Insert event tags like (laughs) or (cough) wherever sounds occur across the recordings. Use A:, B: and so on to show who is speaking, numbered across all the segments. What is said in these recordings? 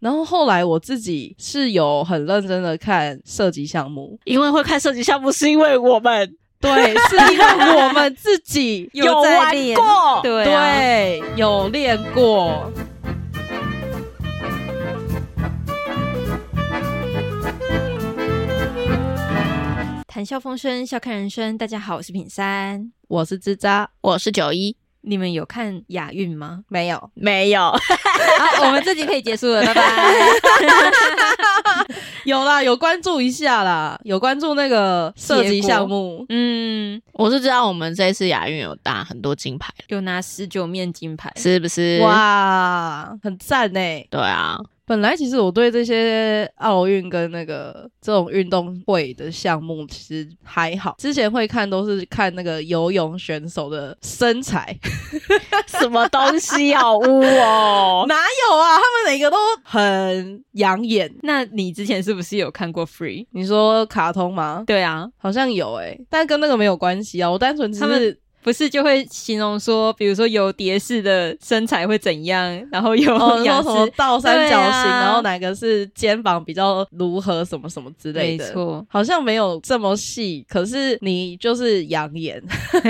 A: 然后后来我自己是有很认真的看射击项目，
B: 因为会看射击项目，是因为我们
C: (laughs)
A: 对，是因为我们自己
B: 有
C: 在
B: 玩
C: 练
B: 过
C: 对啊
A: 对有练过。
C: 谈笑风生，笑看人生。大家好，我是品三。
A: 我是吱喳，？
B: 我是九一，
C: 你们有看亚运吗
A: 没有，
B: 没有，
C: 啊，我们这集可以结束了，拜拜。
A: 有啦，有关注一下啦，有关注那个射击项目，
C: 嗯，
B: (laughs) 我是知道我们这次亚运有打很多金牌，
C: 有拿十九面金牌，
B: 是不是？，
A: 哇，很赞呢、
B: 对啊，
A: 本来其实我对这些奥运跟那个这种运动会的项目其实还好，之前会看都是看那个游泳选手的身材，
B: (laughs) 什么东西好污哦？
A: 哪有啊？他们每个都很养眼。
C: 那你之前是不是有看过 Free？
A: 你说卡通吗？
C: 对啊，
A: 好像有诶、但跟那个没有关系啊。我单纯只
C: 他
A: 是
C: 们不是就会形容说，比如说有蝶式的身材会怎样，然后有 (laughs)
A: 哦，你
C: 仰
A: 说什么
C: 式，
A: 倒三角形，
C: 对啊
A: 然后哪个是肩膀比较如何，什么什么之类
C: 没
A: 的。。
C: 错
A: 好像没有这么细，可是你就是养眼
B: (laughs)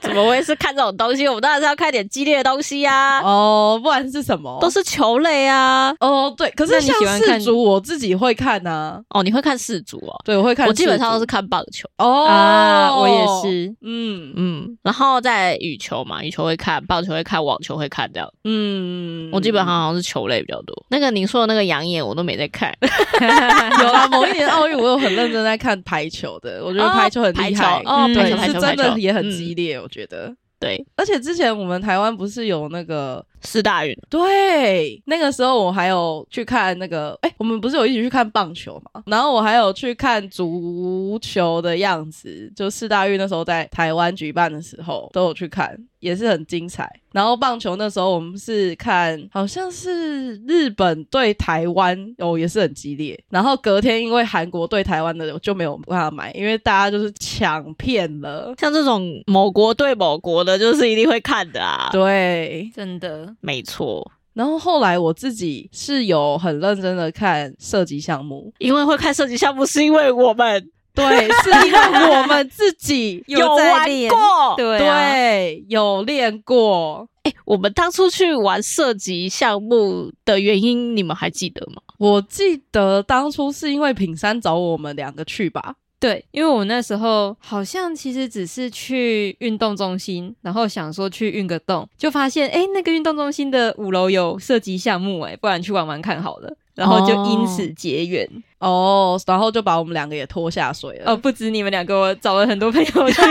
B: 怎么会是看这种东西？我们当然是要看点激烈的东西呀、啊，
A: (laughs) 哦，不然是什么？
B: 都是球类啊。
A: 哦，对，可是
C: 那你
A: 像
C: 喜欢
A: 世
C: 看
A: 足，我自己会看啊，
B: 哦，你会看世足哦？
A: 对，我会看世足。
B: 我基本上都是看棒球，
A: 哦、
C: 啊，我也，是。
A: 嗯
B: 嗯，然后在羽球嘛，羽球会看，棒球会看，网球会看，这样。
A: 嗯，
B: 我基本上好像是球类比较多。那个您说的那个养眼，我都没在看。
A: (laughs)
B: (laughs)
A: 有啦，某一年奥运，我有很认真在看排球
B: (laughs)
A: 的，我觉得
B: 哦
A: 排球很厉害，
B: 排球哦
C: 嗯，
B: 排
A: 对
B: 球，，排
A: 是
B: 球，
A: 真
B: 排
A: 的
B: 球
A: 也很
B: 嗯
A: 激烈，我觉得。
B: 对，
A: 而且之前我们台湾不是有那个，
B: 四大运
A: 对，那个时候我还有去看那个，哎、我们不是有一起去看棒球嘛？然后我还有去看足球的样子，就四大运那时候在台湾举办的时候都有去看，也是很精彩。然后棒球那时候我们是看，好像是日本对台湾，哦，也是很激烈。然后隔天因为韩国对台湾的我就没有办法买，因为大家就是抢遍了。
B: 像这种某国对某国的，就是一定会看的啊。
A: 对，
C: 真的，
B: 没错，
A: 然后后来我自己是有很认真的看射击项目，
B: 因为会看射击项目，是因为我们
A: (laughs) 对，是因为我们自己
C: 有
B: (laughs)
C: 在
B: 玩
C: 练
B: 过。
C: 对啊，
A: 对有练过。
B: 我们当初去玩射击项目的原因，你们还记得吗？
A: 我记得当初是因为品山找我们两个去吧，
C: 对，因为我那时候好像其实只是去运动中心，然后想说去运个动，就发现哎，诶那个运动中心的五楼有射击项目，哎，不然去玩玩看好了。然后就因此结缘
A: 哦，然后就把我们两个也拖下水
C: 哦
A: 了。
C: 不止你们两个，我找了很多朋
B: (laughs)
C: 友去。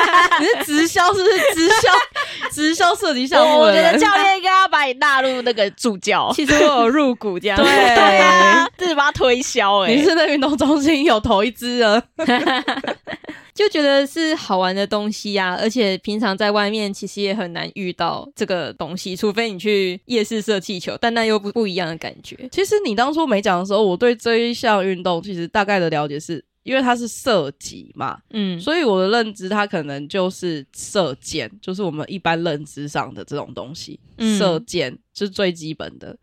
A: (laughs) 你是直销是不是？直销直销射击项目
B: 我
A: 的
B: 觉
A: 人
B: 得教练应该要把你纳入那个助 (laughs) 教。
C: 其实我有入股这样，
A: 对
B: (laughs) 对啊，这是把他推销哎、
A: 你是那运动中心有投一支啊？
C: 就觉得是好玩的东西呀、而且平常在外面其实也很难遇到这个东西，除非你去夜市射气球，但那又不不一样的感觉。
A: 其实你当初没讲的时候，我对这一项运动其实大概的了解是，因为它是射击嘛，
C: 嗯，
A: 所以我的认知，它可能就是射箭，就是我们一般认知上的这种东西，
C: 嗯
A: 射箭是最基本的。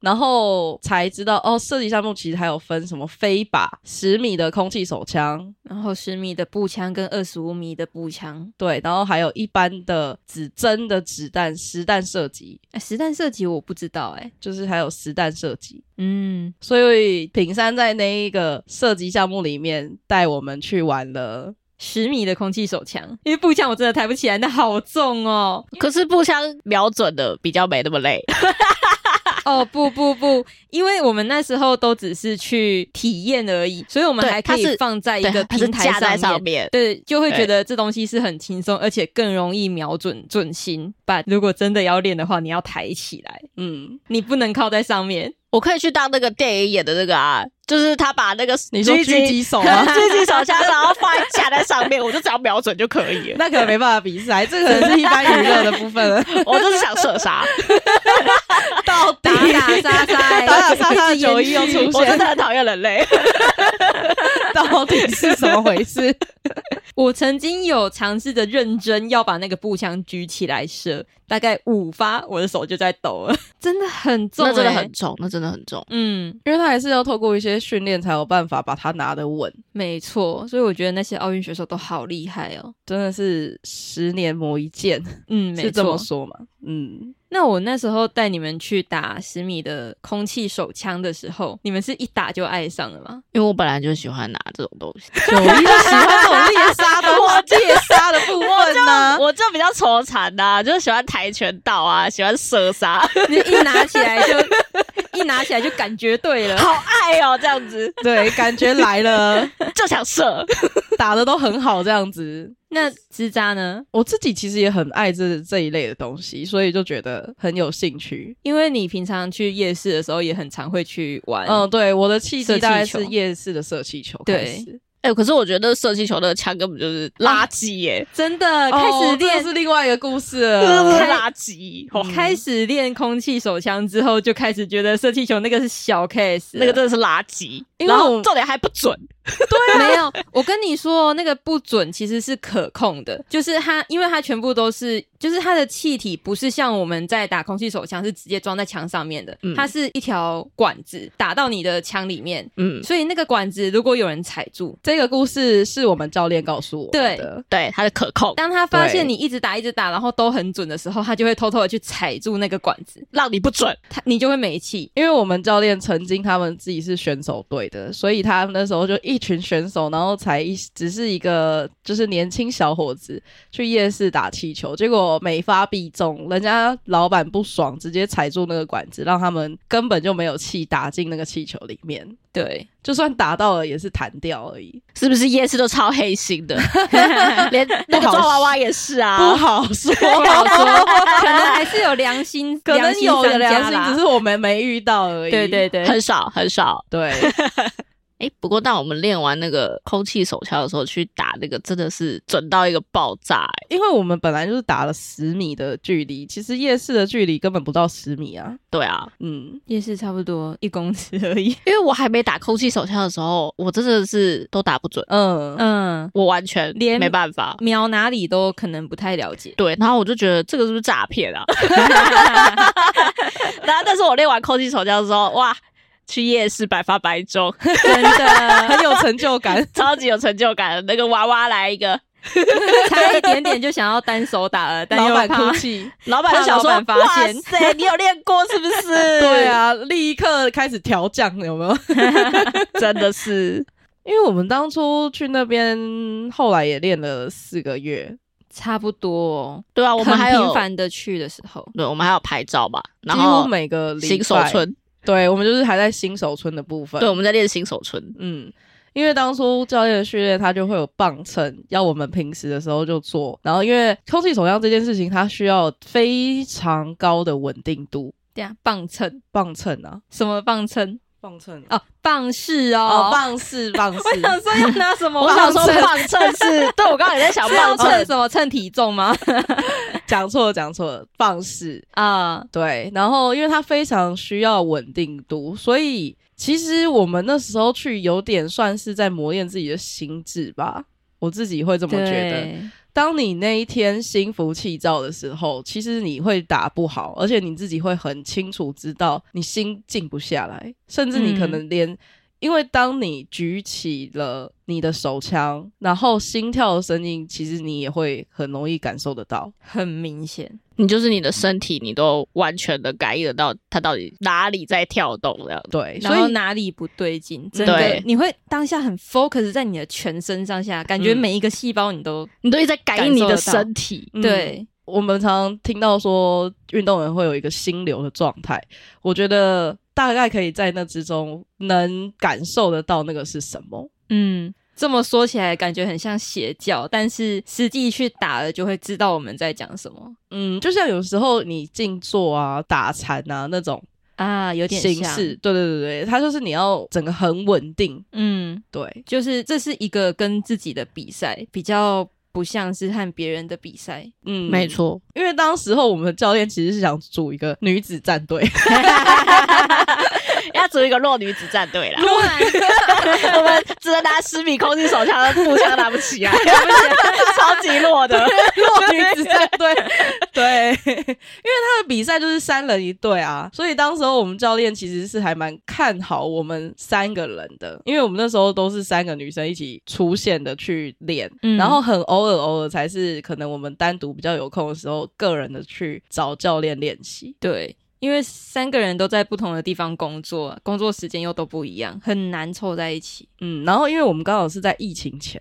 A: 然后才知道哦，射击项目其实还有分什么飞靶、十米的空气手枪，
C: 然后十米的步枪跟二十五米的步枪，
A: 对，然后还有一般的子针的子弹、实弹射击，
C: 哎，实弹射击我不知道哎、
A: 就是还有实弹射击。
C: 嗯，
A: 所以品山在那一个射击项目里面带我们去玩了，
C: 十米的空气手枪，因为步枪我真的抬不起来，那好重哦。
B: 可是步枪瞄准的比较没那么累，
C: 哦不不不，因为我们那时候都只是去体验而已，所以我们
B: 对
C: 还可
B: 它
C: 以
B: 是
C: 放在一
B: 对
C: 个
B: 它是
C: 平台
B: 架在
C: 上面
B: 上。面。
C: 对，就会
B: 对
C: 觉得这东西是很轻松，而且更容易瞄准准心。但如果真的要练的话，你要抬起来，
A: 嗯，
C: 你不能靠在上面。
B: (laughs) 我可以去当那个电影演的那个啊，就是他把那个
A: 你说狙击手
B: (laughs)
A: 吗 (laughs)
B: 狙击手枪，然后放在架在上面，我就只要瞄准就可以 (laughs) 了。
A: 那可能没办法比赛，这可能是一般娱乐的部分了。
B: 我就是想射 (laughs) 杀，
A: 到底
C: 打
B: (laughs)
C: 杀杀
A: 打打杀杀的九一又出
B: 我真 (laughs)
A: 现， (laughs)
B: 的很讨厌人类。
A: 到底是怎么回事？ (laughs)
C: 我曾经有尝试着认真要把那个步枪举起来射，大概五发，我的手就在抖了， (laughs) 真的很重、欸，
B: 那真的很重，那真的很重。
C: 嗯，
A: 因为他还是要透过一些训练才有办法把它拿得稳，
C: 没错。所以我觉得那些奥运选手都好厉害哦。
A: 真的是十年磨一剑，
C: 嗯，没
A: 是这么
C: 错。
A: 说嘛？嗯，
C: 那我那时候带你们去打十米的空气手枪的时候，你们是一打就爱上了
B: (laughs)
C: 吗？
B: 因为我本来就喜欢拿这种东西， (laughs)
A: 九一就喜欢这种猎杀的猎杀的部分
C: 啊
A: (laughs) 呢、
B: 我就比较愁缠呐、就是喜欢跆拳道啊，喜欢射 (laughs) 杀，
C: 你一拿起来就一拿起来就感觉对了，
B: 好爱哦，这样子
A: 对，感觉来了，
B: 就想射。
A: 打的都很好，这样子。
C: 那枝扎呢？
A: 我自己其实也很爱这这一类的东西，所以就觉得很有兴趣。
C: 因为你平常去夜市的时候也很常会去玩，
A: 嗯，对，我的契
C: 射
A: 机
C: 气
A: 大概
C: 球
A: 是夜市的射气球开
C: 对
A: 始，
B: (laughs) 哎、可是我觉得射气球的枪根本就是垃圾 (laughs) 耶、
C: 真的
A: 哦
C: 开始
A: 这
C: 练、
A: 是另外一个故事
C: (laughs)
B: 呃
A: 了。
B: 垃圾。哦
C: 开始练空气手枪之后，就开始觉得射气球那个是小 case，
B: 那个真的是垃圾，
A: 因为
B: 然
A: 我
B: 后重点还不准，
C: 对、没有。我跟你说，那个不准其实是可控的，就是它，因为它全部都是，就是它的气体不是像我们在打空气手枪是直接装在枪上面的，
B: 嗯
C: 它是一条管子打到你的枪里面，
B: 嗯，
C: 所以那个管子如果有人踩住，
A: 这个故事是我们教练告诉我
C: 对
A: 们的，
B: 对，它是可控，
C: 当他发现
A: 对
C: 你一直打一直打，然后都很准的时候，他就会偷偷的去踩住那个管子，
B: 让你不准。
C: 他你就会没气。
A: 因为我们教练曾经他们自己是选手队的，所以他们那时候就一群选手，然后才一只是一个就是年轻小伙子去夜市打气球，结果每发必中，人家老板不爽，直接踩住那个管子，让他们根本就没有气打进那个气球里面，
C: 对，
A: 就算打到了也是弹掉而已，
B: 是不是夜市都超黑
A: (laughs)
B: 心的？连那个
A: 不好
B: 抓娃娃也是啊，
A: 不好说，不好说，
C: 可能还是有良心，
A: 可能有的
C: 良
A: 良
C: 商
A: 心
C: 家，啦
A: 只是我们没遇到而已。
C: (laughs) 对对
B: (laughs)
C: 对，
B: 很少很少。
A: 对，
B: 哎、不过当我们练完那个空气手枪的时候，去打那个真的是准到一个爆炸、欸，
A: 因为我们本来就是打了十米的距离，其实夜市的距离根本不到十米啊。
B: 对啊，
A: 嗯，
C: 也是差不多一公尺而已。
B: 因为我还没打空气手枪的时候，我真的是都打不准，
A: 嗯，
C: 嗯，
B: 我完全
C: 连
B: 没办法。
C: 瞄哪里都可能不太了解。
B: (laughs) 对，然后我就觉得这个是不是诈骗
A: (laughs)
B: 啊？然后，但是我练完空气手枪的时候，哇，去夜市百发百中，
A: 真的很有成就 (laughs) 感。
B: 超级有成就感。那个娃娃来一个，
C: 差一点点就想要单手打了，但
A: 老
C: 又
A: 板
C: 怕
A: 哭。泣，
B: 老板就想说：“
C: 怕老板发现
B: 哇塞，你有练过是不是？”
A: 对，啊，立刻开始调降，有没有？
B: (laughs) 真的是
A: (laughs) 因为我们当初去那边，后来也练了四个月，
C: 差不多、哦，
B: 对啊。我们还
C: 很
B: 有
C: 频，繁的去的时候，
B: 对，我们还有拍照嘛，
A: 几
B: 然
A: 乎
B: 后
A: 每个礼拜
B: 新手，村，
A: 对我们就是还在新手村的部分。
B: 对，我们在练新手村，
A: 嗯，因为当初教练的训练，他就会有磅秤，要我们平时的时候就做。然后因为空气手枪这件事情，它需要非常高的稳定度，
C: 对啊，磅秤
A: 磅秤啊，
C: 什么磅秤
A: 磅秤啊，
C: 哦，磅式
A: 哦，
C: 哦，
A: 磅 (laughs) 式，磅式。
C: 我 (laughs) 想说要拿什么
B: 我
C: 磅
B: 想
C: 秤？
B: 说磅秤 (laughs) 是， (laughs) 啊对我刚刚也在想
C: (laughs) 是
B: 磅
C: 要
B: 秤
C: 称什么称体重吗？
A: 讲错了，讲错了，放式
C: 啊、
A: 对。然后，因为它非常需要稳定度，所以其实我们那时候去有点算是在磨练自己的心智吧。我自己会这么觉得。
C: 对
A: 当你那一天心浮气躁的时候，其实你会打不好，而且你自己会很清楚知道你心静不下来，甚至你可能连。因为当你举起了你的手枪，然后心跳的声音，其实你也会很容易感受得到。
C: 很明显。
B: 你就是你的身体，你都完全的感应得到它到底哪里在跳动这样。
A: 对，
C: 然
A: 所
C: 后
A: 以
C: 哪里不对劲，真的
B: 对，
C: 你会当下很 focus 在你的全身上下，感觉
A: 嗯
C: 每一个细胞你都、
B: 你都一直在感应你的身体，
A: 嗯
C: 对，
A: 我们常常听到说运动员会有一个心流的状态，我觉得大概可以在那之中能感受得到那个是什么。
C: 嗯，这么说起来感觉很像邪教，但是实际去打了就会知道我们在讲什么
A: 嗯，就像有时候你静坐啊、打禅啊那种
C: 啊，有点
A: 形
C: 像
A: 式，，对对对对，它就是你要整个很稳定，
C: 嗯，
A: 对，
C: 就是这是一个跟自己的比赛，比较不像是和别人的比赛，
A: 嗯，
B: 没。错。
A: 因为当时候我们的教练其实是想组一个女子战队，
B: 要组一一个弱女子战队 (laughs) 啦。我们只能拿十米空气手枪，步枪拿不起 (laughs) 来， (laughs) 超级弱的。
A: 弱女子战队，对，因为他的比赛就是三人一队啊，所以当时候我们教练其实是还蛮看好我们三个人的，因为我们那时候都是三个女生一起出现的去练，
C: 嗯
A: 然后很偶尔偶尔才是可能我们单独比较有空的时候，个人的去找教练练习。
C: (laughs) 对，因为三个人都在不同的地方工作，工作时间又都不一样，很难凑在一起。
A: 嗯，然后因为我们刚好是在疫情前，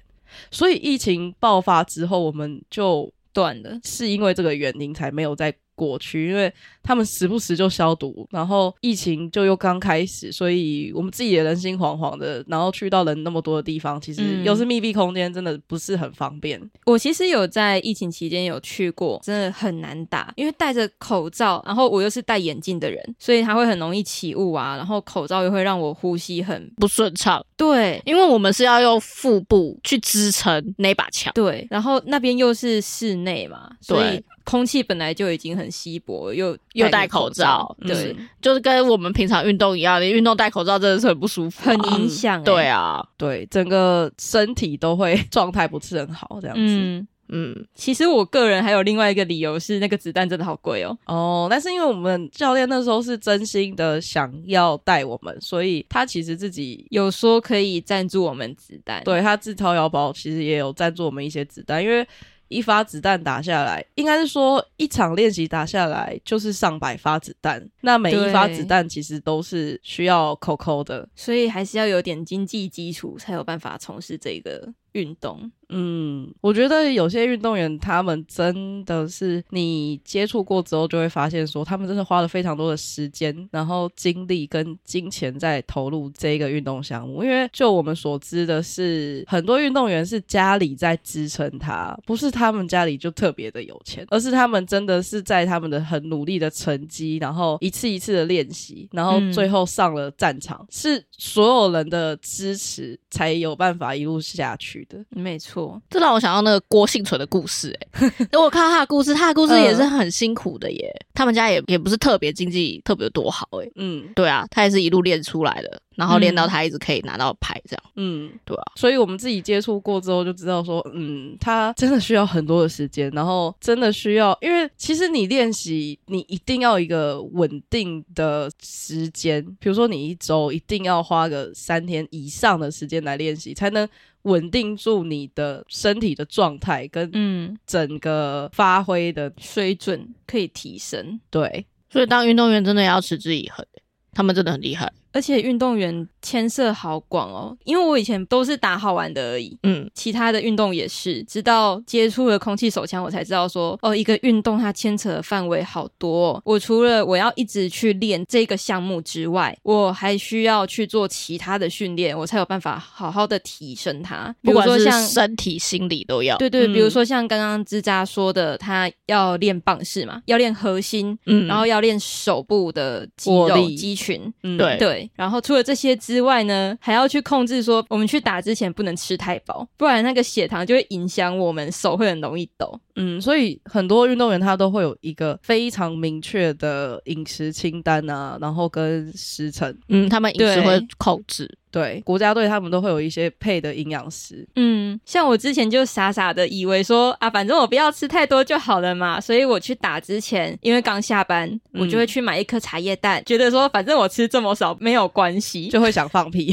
A: 所以疫情爆发之后，我们就
C: 断了，
A: 是因为这个原因才没有再过去，因为他们时不时就消毒，然后疫情就又刚开始，所以我们自己也人心惶惶的，然后去到人那么多的地方，其实
C: 嗯
A: 又是密闭空间，真的不是很方便。
C: 我其实有在疫情期间有去过，真的很难打，因为戴着口罩，然后我又是戴眼镜的人，所以它会很容易起雾啊，然后口罩又会让我呼吸很
B: 不顺畅，
C: 对。
B: 因为我们是要用腹部去支撑那把枪。
C: 对，然后那边又是室内嘛，所以
B: 对
C: 空气本来就已经很稀薄，又
B: 又戴
C: 戴
B: 口
C: 口罩，
B: 罩嗯
C: 对，
B: 就是跟我们平常运动一样，你运动戴口罩真的是很不舒服、
C: 很影响、欸
B: 对，啊，
A: 对，整个身体都会 (laughs) 状态不是很好，这样子。
C: 嗯。
B: 嗯，
C: 其实我个人还有另外一个理由是，那个子弹真的好贵哦。
A: 哦，但是因为我们教练那时候是真心的想要带我们，所以他其实自己
C: 有说可以赞助我们子弹，，
A: 对他自掏腰包，其实也有赞助我们一些子弹，因为一发子弹打下来，应该是说一场练习打下来就是上百发子弹，那每一发
C: 对
A: 子弹其实都是需要扣扣的。
C: 所以还是要有点经济基础才有办法从事这个运动。
A: 嗯，我觉得有些运动员他们真的是你接触过之后就会发现说，他们真的花了非常多的时间、然后精力跟金钱在投入这个运动项目。因为就我们所知的是，很多运动员是家里在支撑他，不是他们家里就特别的有钱，而是他们真的是在他们的很努力的成绩，然后一次一次的练习，然后
C: 嗯
A: 最后上了战场，是所有人的支持才有办法一路下去的。
C: 没错，
B: 这让我想到那个郭幸存的故事、欸，哎， (laughs) 我看到他的故事，他的故事也是很辛苦的耶，他们家也也不是特别经济特别多好、欸，哎，
A: 嗯
B: 对啊，他也是一路练出来的，然后练
C: 嗯
B: 到他一直可以拿到牌这样，
A: 嗯，
B: 对啊，
A: 所以我们自己接触过之后就知道说，嗯，他真的需要很多的时间，然后真的需要，因为其实你练习，你一定要一个稳定的时间，比如说你一周一定要花个三天以上的时间来练习，才能稳定住你的身体的状态跟
C: 嗯，
A: 整个发挥的
C: 水准可以提升，
A: 对。
B: 所以当运动员真的要持之以恒、欸他们真的很厉害，
C: 而且运动员牵涉好广哦。因为我以前都是打好玩的而已，
B: 嗯，
C: 其他的运动也是，直到接触了空气手枪，我才知道说，哦，一个运动它牵扯的范围好多、哦。我除了我要一直去练这个项目之外，我还需要去做其他的训练，我才有办法好好的提升它。比
B: 不
C: 如
B: 管
C: 说
B: 是
C: 像
B: 身体、心理都要，
C: 对对，
A: 嗯
C: 比如说像刚刚支扎说的，他要练棒式嘛，要练核心，
B: 嗯，
C: 然后要练手部的肌
A: 握
C: 肉
A: 力
C: 肌群，
A: 嗯，
B: 对
C: 对，然后除了这些之外呢，还要去控制说，我们去打之前不能吃太饱，不然那个血糖就会影响我们手会很容易抖。
A: 嗯，所以很多运动员他都会有一个非常明确的饮食清单啊，然后跟时辰，
B: 嗯，他们饮食
C: 对
B: 会控制，
A: 对，国家队他们都会有一些配的营养师。
C: 嗯，像我之前就傻傻的以为说啊，反正我不要吃太多就好了嘛，所以我去打之前，因为刚下班，我就会去买一颗茶叶蛋，觉得说反正我吃这么少没有关系，
A: 就会想放屁，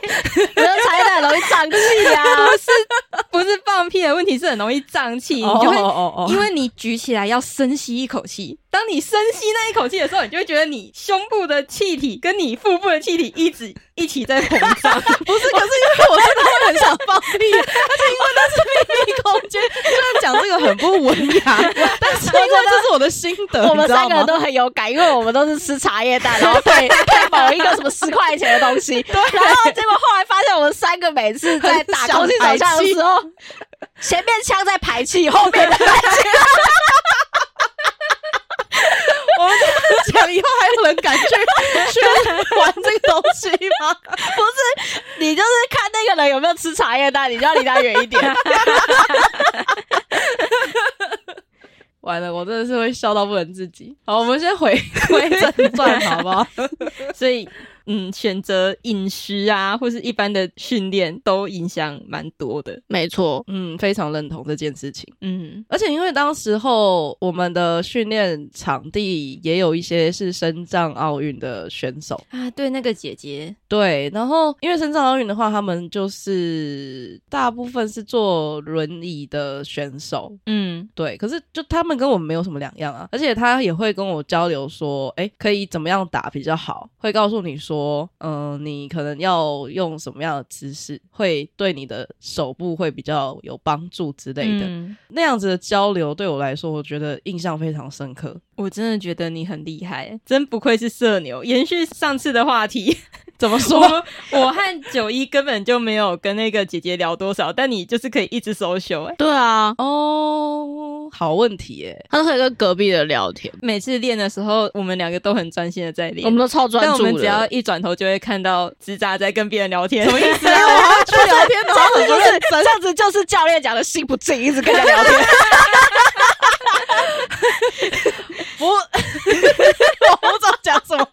B: 可是茶叶蛋很容易胀气 (laughs) 啊。
C: 不是放屁的问题，是很容易胀气，
A: (laughs)
C: 你
A: 哦
C: 就会
A: 哦哦
C: 因为你举起来要深吸一口气，当你深吸那一口气的时候，你就会觉得你胸部的气体跟你腹部的气体一直一起在膨胀。
A: 不是，可是因为我真的会很
B: (laughs)
A: 想放屁，而且因为那是秘密空间，虽然讲这个很不文 (laughs) 雅，但是因为这是我的心得，
B: 我们
A: 你知道
B: 三个人
A: 吗
B: 都很有感，因为我们都是吃茶叶蛋，然后配配某一个什么十块钱的东西， (laughs) 对。然后结果后来发现，我们三个每次在打空气手枪的时候，前面枪在排气，后面的
A: 我们这样讲以后还有人
B: (laughs)
A: 敢去去玩这个东西吗？ (laughs)
B: 你就是看那个人有没有吃茶叶蛋，你就要离他远一点。
A: 完了，我真
C: (laughs)
A: 的是会笑到不能自己。好，我们先回 (laughs) 回正传，好不好？
C: 所以嗯选择饮食啊，或是一般的训练都影响蛮多的。
B: (laughs) 没错，
A: 嗯，非常认同这件事情。
C: 嗯，
A: 而且因为当时候我们的训练场地也有一些是深藏奥运的选手，
C: 啊，对，那个姐姐，
A: 对，然后因为深藏奥运的话，他们就是大部分是坐轮椅的选手，
C: 嗯，
A: 对，可是就他们跟我们没有什么两样啊，而且他也会跟我交流说，哎，可以怎么样打比较好，会告诉你说，嗯、你可能要用什么样的姿势，会对你的手部会比较有帮助之类的。
C: 嗯
A: 那样子的交流对我来说，我觉得印象非常深刻，
C: 我真的觉得你很厉害，真不愧是社牛。延续上次的话题， (laughs)
A: 怎么
C: 我
A: 说？
C: 我和九一根本就没有跟那个姐姐聊多少，但你就是可以一直收修、哎，
B: 对啊，
A: 哦，好问题耶、
B: 他都可以跟隔壁的聊天，
C: 每次练的时候，我们两个都很专心的在练，
B: 我们都超专
C: 但我
B: 注
C: 们只要
B: 的。
C: 一转头就会看到吱喳在跟别人聊 (laughs) 天，什么意思？
A: 对啊，我还要去聊天，然后很不认
B: 这样子就是教练讲的心不静，一直跟他聊 (laughs) 天。
A: 不， (laughs) 我不知道讲什么。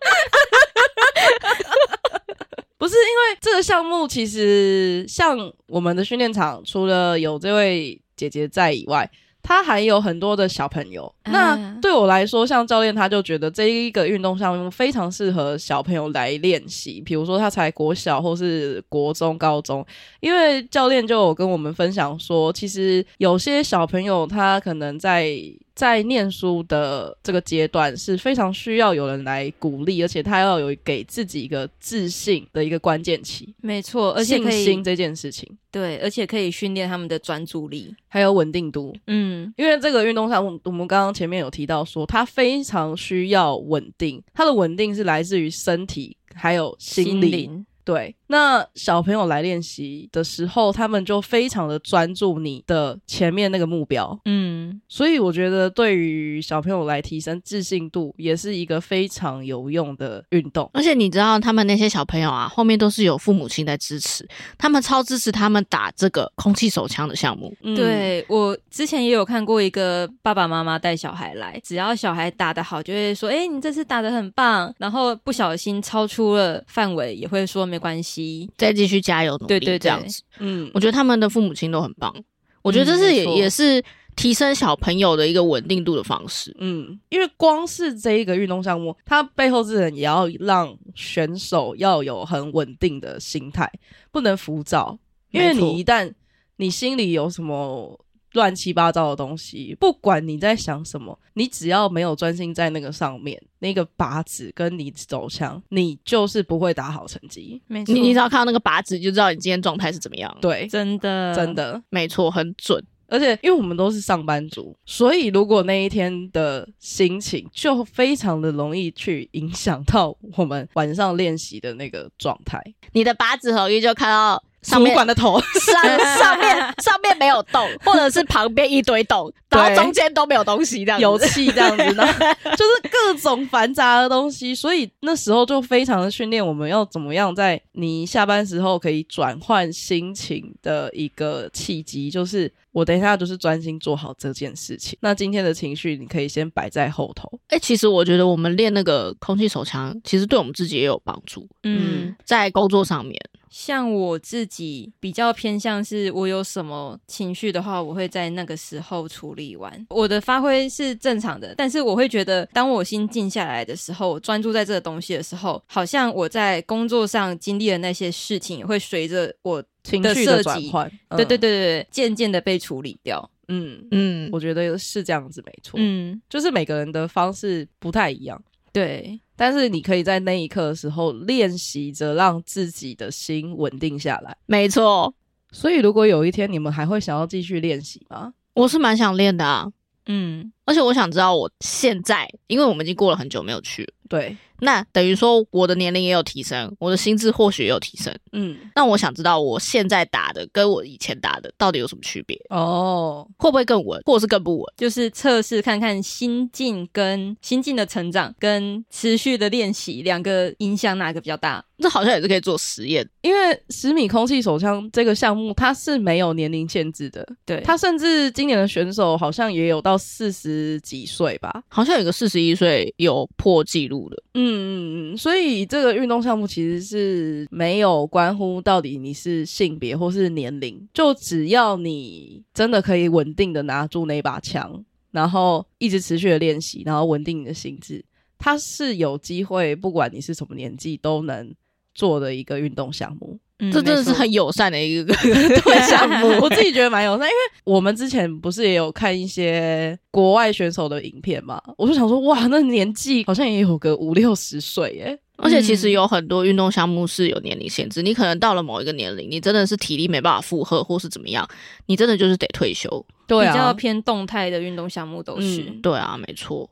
A: 不是因为这个项目，其实像我们的训练场，除了有这位姐姐在以外，她还有很多的小朋友。
C: 啊
A: 那对我来说，像教练他就觉得这一个运动项目非常适合小朋友来练习，比如说他才国小或是国中、高中，因为教练就有跟我们分享说，其实有些小朋友他可能在在念书的这个阶段是非常需要有人来鼓励，而且他要有给自己一个自信的一个关键期，
C: 没错，而且
A: 信
C: 可
A: 心
C: 以
A: 这件事情，
C: 对，而且可以训练他们的专注力。
A: 还有稳定度。
C: 嗯，
A: 因为这个运动项目，我们刚刚前面有提到说，它非常需要稳定，它的稳定是来自于身体还有心理。对，那小朋友来练习的时候，他们就非常的专注你的前面那个目标，
C: 嗯，
A: 所以我觉得对于小朋友来提升自信度，也是一个非常有用的运动。
B: 而且你知道，他们那些小朋友啊，后面都是有父母亲在支持，他们超支持他们打这个空气手枪的项目。
A: 嗯，
C: 对我之前也有看过一个爸爸妈妈带小孩来，只要小孩打得好，就会说：“哎、你这次打得很棒。”然后不小心超出了范围，也会说没关系。
B: 再继续加油努力，
C: 对对对
B: 这样子。
A: 嗯
B: 我觉得他们的父母亲都很棒，我觉得这是也、
C: 没错
B: 也是提升小朋友的一个稳定度的方式。
A: 嗯，因为光是这一个运动项目，它背后之人也要让选手要有很稳定的心态，不能浮躁，因为
B: 没错
A: 你一旦你心里有什么乱七八糟的东西，不管你在想什么，你只要没有专心在那个上面，那个靶子跟你走向，你就是不会打好成绩。
C: 没
B: 你你只要看到那个靶子，就知道你今天状态是怎么样。，
A: 对，
C: (laughs) 真的
A: 真，的。
B: 没错，很准。
A: 而且，因为我们都是上班族，所以如果那一天的心情就非常的容易去影响到我们晚上练习的那个状态。
B: 你的靶子合一就看到上
A: 主
B: 面
A: 管的头，
B: 上上 (laughs) 面上面没有 (laughs) 洞，或者是旁边一堆洞，然后
A: 对
B: 中间都没有东西，这样
A: (laughs)
B: 子
A: 有气这样子，然后 (laughs) 就是各种繁杂的东西，所以那时候就非常的训练我们要怎么样在你下班时候可以转换心情的一个契机，就是我等一下就是专心做好这件事情。那今天的情绪你可以先摆在后头，
B: 哎、其实我觉得我们练那个空气手枪，其实对我们自己也有帮助，
C: 嗯
A: 嗯
B: 在工作上面。
C: 像我自己比较偏向是，我有什么情绪的话，我会在那个时候处理完。我的发挥是正常的，但是我会觉得，当我心静下来的时候，我专注在这个东西的时候，好像我在工作上经历的那些事情，也会随着我，
A: 情
C: 的
A: 绪
C: 设
A: 的转
C: 计
A: 换，嗯
C: 对对对，对，对渐渐的被处理掉。
A: 嗯，
B: 嗯，
A: 我觉得是这样子没错，
C: 嗯，
A: 就是每个人的方式不太一样。
C: 对，
A: 但是你可以在那一刻的时候练习着让自己的心稳定下来。
B: 没错，
A: 所以，如果有一天你们还会想要继续练习吗？
B: 我是蛮想练的啊，
C: 嗯，
B: 而且我想知道我现在，因为我们已经过了很久没有去了，
A: 对，
B: 那等于说我的年龄也有提升，我的心智或许也有提升。
A: 嗯，
B: 那我想知道我现在打的跟我以前打的到底有什么区别，
A: 哦，
B: 会不会更稳，或者是更不稳？
C: 就是测试看看心境跟心境的成长跟持续的练习两个影响哪个比较大。
B: 这好像也是可以做实验。
A: 因为十米空气手枪这个项目它是没有年龄限制的，
C: 对，
A: 它甚至今年的选手好像也有到四十十几岁吧，
B: 好像有个四十一岁有破纪录的，
A: 嗯嗯嗯，所以这个运动项目其实是没有关乎到底你是性别或是年龄，就只要你真的可以稳定的拿住那把枪，然后一直持续的练习，然后稳定你的心智，它是有机会，不管你是什么年纪都能做的一个运动项目。
C: 嗯
B: 这真的是
C: 没错
B: 很友善的一 (laughs) 个对项目。
A: 我自己觉得蛮友善，因为我们之前不是也有看一些国外选手的影片嘛，我就想说，哇，那年纪好像也有个五六十岁耶。
B: 而且其实有很多运动项目是有年龄限制，你可能到了某一个年龄，你真的是体力没办法负荷，或是怎么样，你真的就是得退休。
A: 对
C: 比较偏动态的运动项目都是。
A: 啊嗯
B: 对啊，没错。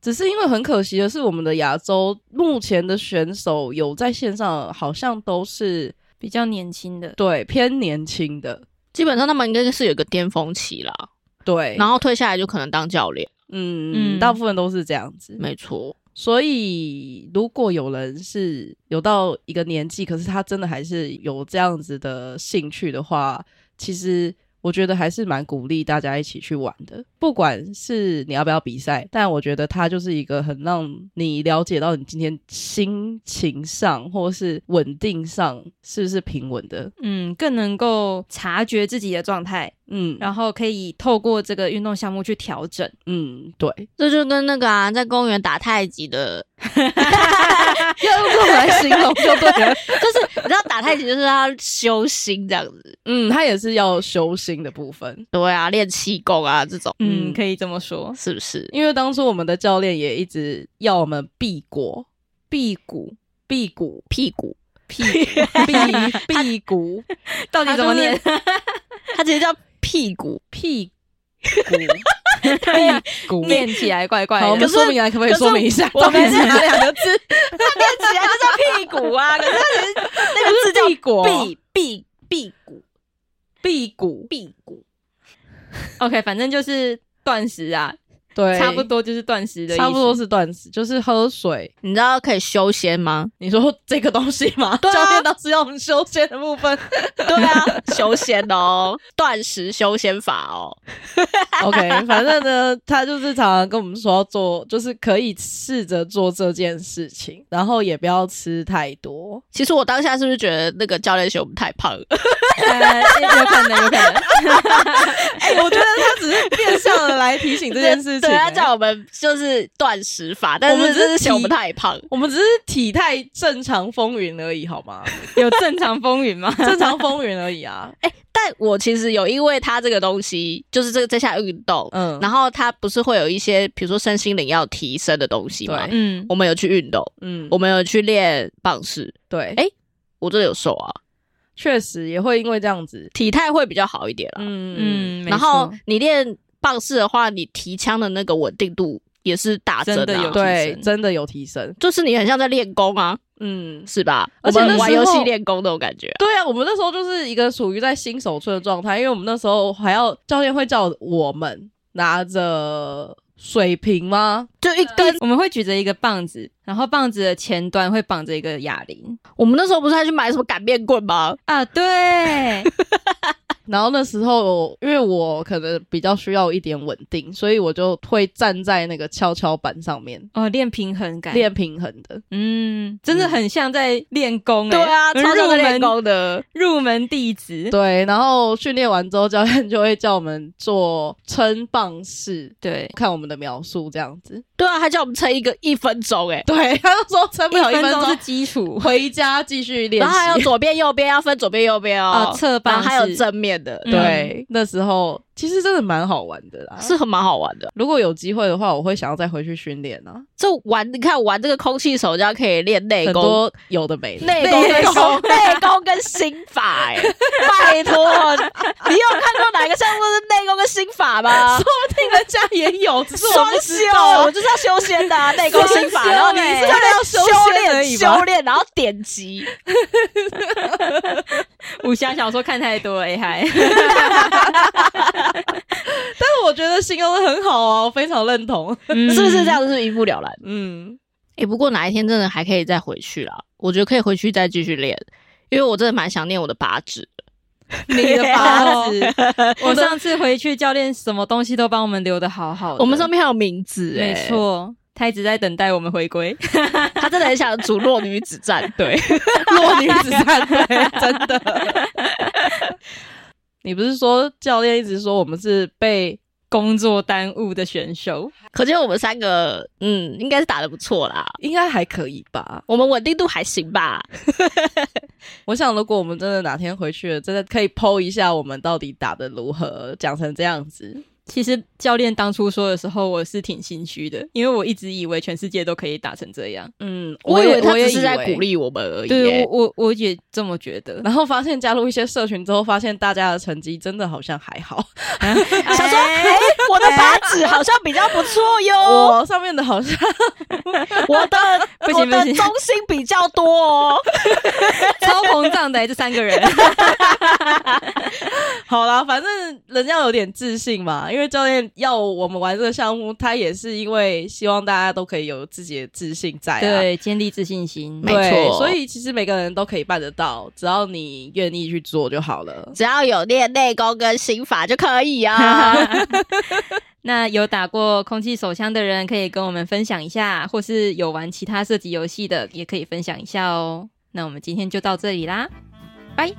A: 只是因为很可惜的是，我们的亚洲目前的选手有在线上，好像都是
C: 比较年轻的，
A: 对偏年轻的，
B: 基本上他们应该是有个巅峰期啦，
A: 对，
B: 然后退下来就可能当教练。
A: 嗯，
C: 嗯
A: 大部分都是这样子。
B: 没错，
A: 所以，如果有人是有到一个年纪，可是他真的还是有这样子的兴趣的话，其实我觉得还是蛮鼓励大家一起去玩的。不管是你要不要比赛，但我觉得它就是一个很让你了解到你今天心情上或是稳定上是不是平稳的。
C: 嗯，更能够察觉自己的状态，
A: 嗯
C: 然后可以透过这个运动项目去调整。
A: 嗯，对， (laughs)
B: 这就跟那个啊，在公园打太极的， (laughs)
A: 要用这种来形容就对
C: (laughs)
A: 了。
B: 就是你知道打太极就是要修心这样子。
A: 嗯，它也是要修心的部分。
B: 对啊，练气功啊这种，
A: 嗯
C: 嗯，可以这么
B: (laughs)
C: 说。
B: 是不是？
A: 因为当初我们的教练也一直要我们避国、
C: 辟谷，
A: 避骨、
B: 屁股，
A: 避避避骨，
C: 到底怎么念？
B: 它直接叫屁股。
A: 屁股啊 (laughs) 屁股。
C: 念起来怪怪
A: 好，我
C: 的
A: 们。说明来，可不可以说明一下？
C: 我
A: 到底
C: 们
A: 是哪两 (laughs) 个字？
D: 起来就叫屁股啊，可是它只是那个字叫
A: 避国、
D: 避避避股
A: 避骨，
D: 避股，
C: OK，反正就是断食啊，
A: 对，
C: 差不，多就是断食的意思。
A: 差不
C: (laughs)
A: 多是断食，就是喝水。
B: 你知道可以修
A: (laughs)
B: 仙吗？
A: 你说这个东西吗？教练当时要我们修仙的部分。
B: 对啊，修仙哦，断食修仙法哦。
A: OK，反正呢，他就是常常跟我们说要做，就是可以试着做这件事情，然后也不要吃太多。
B: 其实我当下是不是觉得那个教练嫌我们太胖了？
C: 呃，有可能，有可能。
A: 哎、我觉得他只是变相的来提醒这件事情、
B: 对他
A: 哎
B: 叫我们就是断食法，但
A: 我们
B: 是
A: 只是
B: 真的嫌我们
A: 提
B: 太胖。
A: (laughs) 我们只是体态正常风云而已，好 (laughs) 吗？
C: 有正常风云吗？
A: 正常风云而已啊。
B: 但我其实有因为他这个东西，就是这个这项运动，
A: 嗯，
B: 然后它不是会有一些，比如说身心灵要提升的东西吗
A: 对？
C: 嗯，
B: 我们有去运动，
A: 嗯，
B: 我们有去练棒式，
A: 对，
B: 哎我真的有瘦啊，
A: 确实也会因为这样子，
B: 体态会比较好一点啦。
A: 嗯嗯，
C: 嗯，没
B: 然后
C: 错
B: 你练棒式的话，你提枪的那个稳定度也是打针、啊、
C: 真的有提
A: 对，
C: 升
A: 真的有提升。
B: 就是你很像在练功啊，
A: 嗯，
B: 是吧？
A: 而且
B: 我
A: 那
B: 们
A: 时
B: 玩游戏
A: 候
B: 练功那种感觉啊、
A: 对啊，我们那时候就是一个处于在新手村的状态，因为我们那时候还要教练会叫我们拿着水瓶吗？
B: 就一根。
C: 我们会举着一个棒子，然后棒子的前端会绑着一个哑铃
B: 我们那时候不是还去买什么擀面棍吗？
C: 啊，对，
A: 然后那时候因为我可能比较需要一点稳定，所以我就会站在那个跷跷板上面
C: (laughs) 哦，练平衡感，
A: 练平衡的。
C: 嗯，真的很像在练功、欸，
B: 对啊，超像
C: 入
B: 在
C: 门
B: 练功的。
C: 入门弟子，
A: 对，然后训练完之后，教练就会叫我们做撑棒式，
C: 对，
A: 看我们的描述这样子。 (laughs)
B: 对啊，还叫我们撑一个一分钟哎、
A: 对，他就说撑不了一分
C: 钟是
A: 钟，
C: 基础
A: 回家继续练
B: 然后还有
A: 习。
B: 左边右边要分左边右边哦
C: 啊，，侧
B: 然
C: 棒
B: 后还有
C: 是
B: 正面的，
C: 嗯
A: (laughs) 对，那时候其实真的蛮好玩的啦。
B: 是很蛮好玩的。
A: 如果有机会的话，我会想要再回去训练啊，
B: 这玩你看玩这个空气手枪可以练内
A: 很
B: 功，
A: 多有的没的。
B: 内功跟
D: 内
B: 手
D: 功
B: 内功跟心法哎、 (laughs) 拜托，你有看过哪个项目是内功跟心法吗？
A: 听人家也有，只是我
B: 双
A: 不
B: 修
A: 知道，
B: 我就是要修仙的、
E: (laughs)
B: 啊、内功心法，
C: 双修
B: 然后你
C: 欸
B: 是要
A: 修仙而
B: 炼
A: 已吧
B: 修炼，然后点击，
C: (laughs) 武侠小说看太多了，哎嗨，
A: 但是我觉得形容的很好啊，我非常认
B: (laughs)
A: 同。
B: 是
E: 嗯
C: 是
B: 不是这？样？就是一目了然。
A: 嗯，
B: 哎、不过哪一天真的还可以再回去啦，我觉得可以回去再继续练，因为我真的蛮想念我的八指的。
A: 你的法子
C: (laughs) 我上次回去，教练什么东西都帮我们留的好
B: 哦
C: 好的。
E: 我们上面还有名字、欸，
C: 没错，他一直在等待我们回归。
E: (laughs) 他真的很想组弱女子战
B: (laughs)
E: 队。
A: (laughs) 弱女子战队， (laughs) 真的。 (laughs) 你不是说教练一直说我们是被
C: (laughs) 工作耽误的选手，
E: 可见我们三个，嗯，应该是打的不错啦。
A: 应该还可以吧？
E: 我们稳定度还行吧？
A: 我想，如果我们真的哪天回去了，真的可以剖一下我们到底打的如何，讲成这样子。
C: 其实教练当初说的时候，我是挺心虚的，因为我一直以为全世界都可以打成这样。
A: 嗯，
E: 我以
A: 也
E: 为他
A: 也
E: 只是在
A: 以为
E: 鼓励我们而已、
C: 对
E: 欸。
C: 我，我我也这么觉 (laughs) 得。
A: 然后发现加入一些社群之后，发现大家的成绩真的好像还好。
B: 想说，哎、我的法子好像比较不错
E: (laughs)
B: 哟，
E: 哦
A: 我上面的好像
B: 我的
C: 不行
B: 我的
C: 不行
B: 中心比较多哦。
C: 超膨胀的、欸、这三个人，
A: 好啦，反正人家有点自信嘛，因为教练要我们玩这个项目，他也是因为希望大家都可以有自己的自信在、啊。
C: (laughs) 对，建立自信心。
E: 没
A: 对
E: 错
A: 所以其实每个人都可以办得到，只要你愿意去做就好
E: (laughs)
A: 了。
E: 只要有练内功跟心法就可以
B: (laughs)
E: 啊。
C: 那有打过空气手枪的人，可以跟我们分享一下，或是有玩其他射击游戏的，也可以分享一下哦。那我们今天就到这里啦。
A: 拜。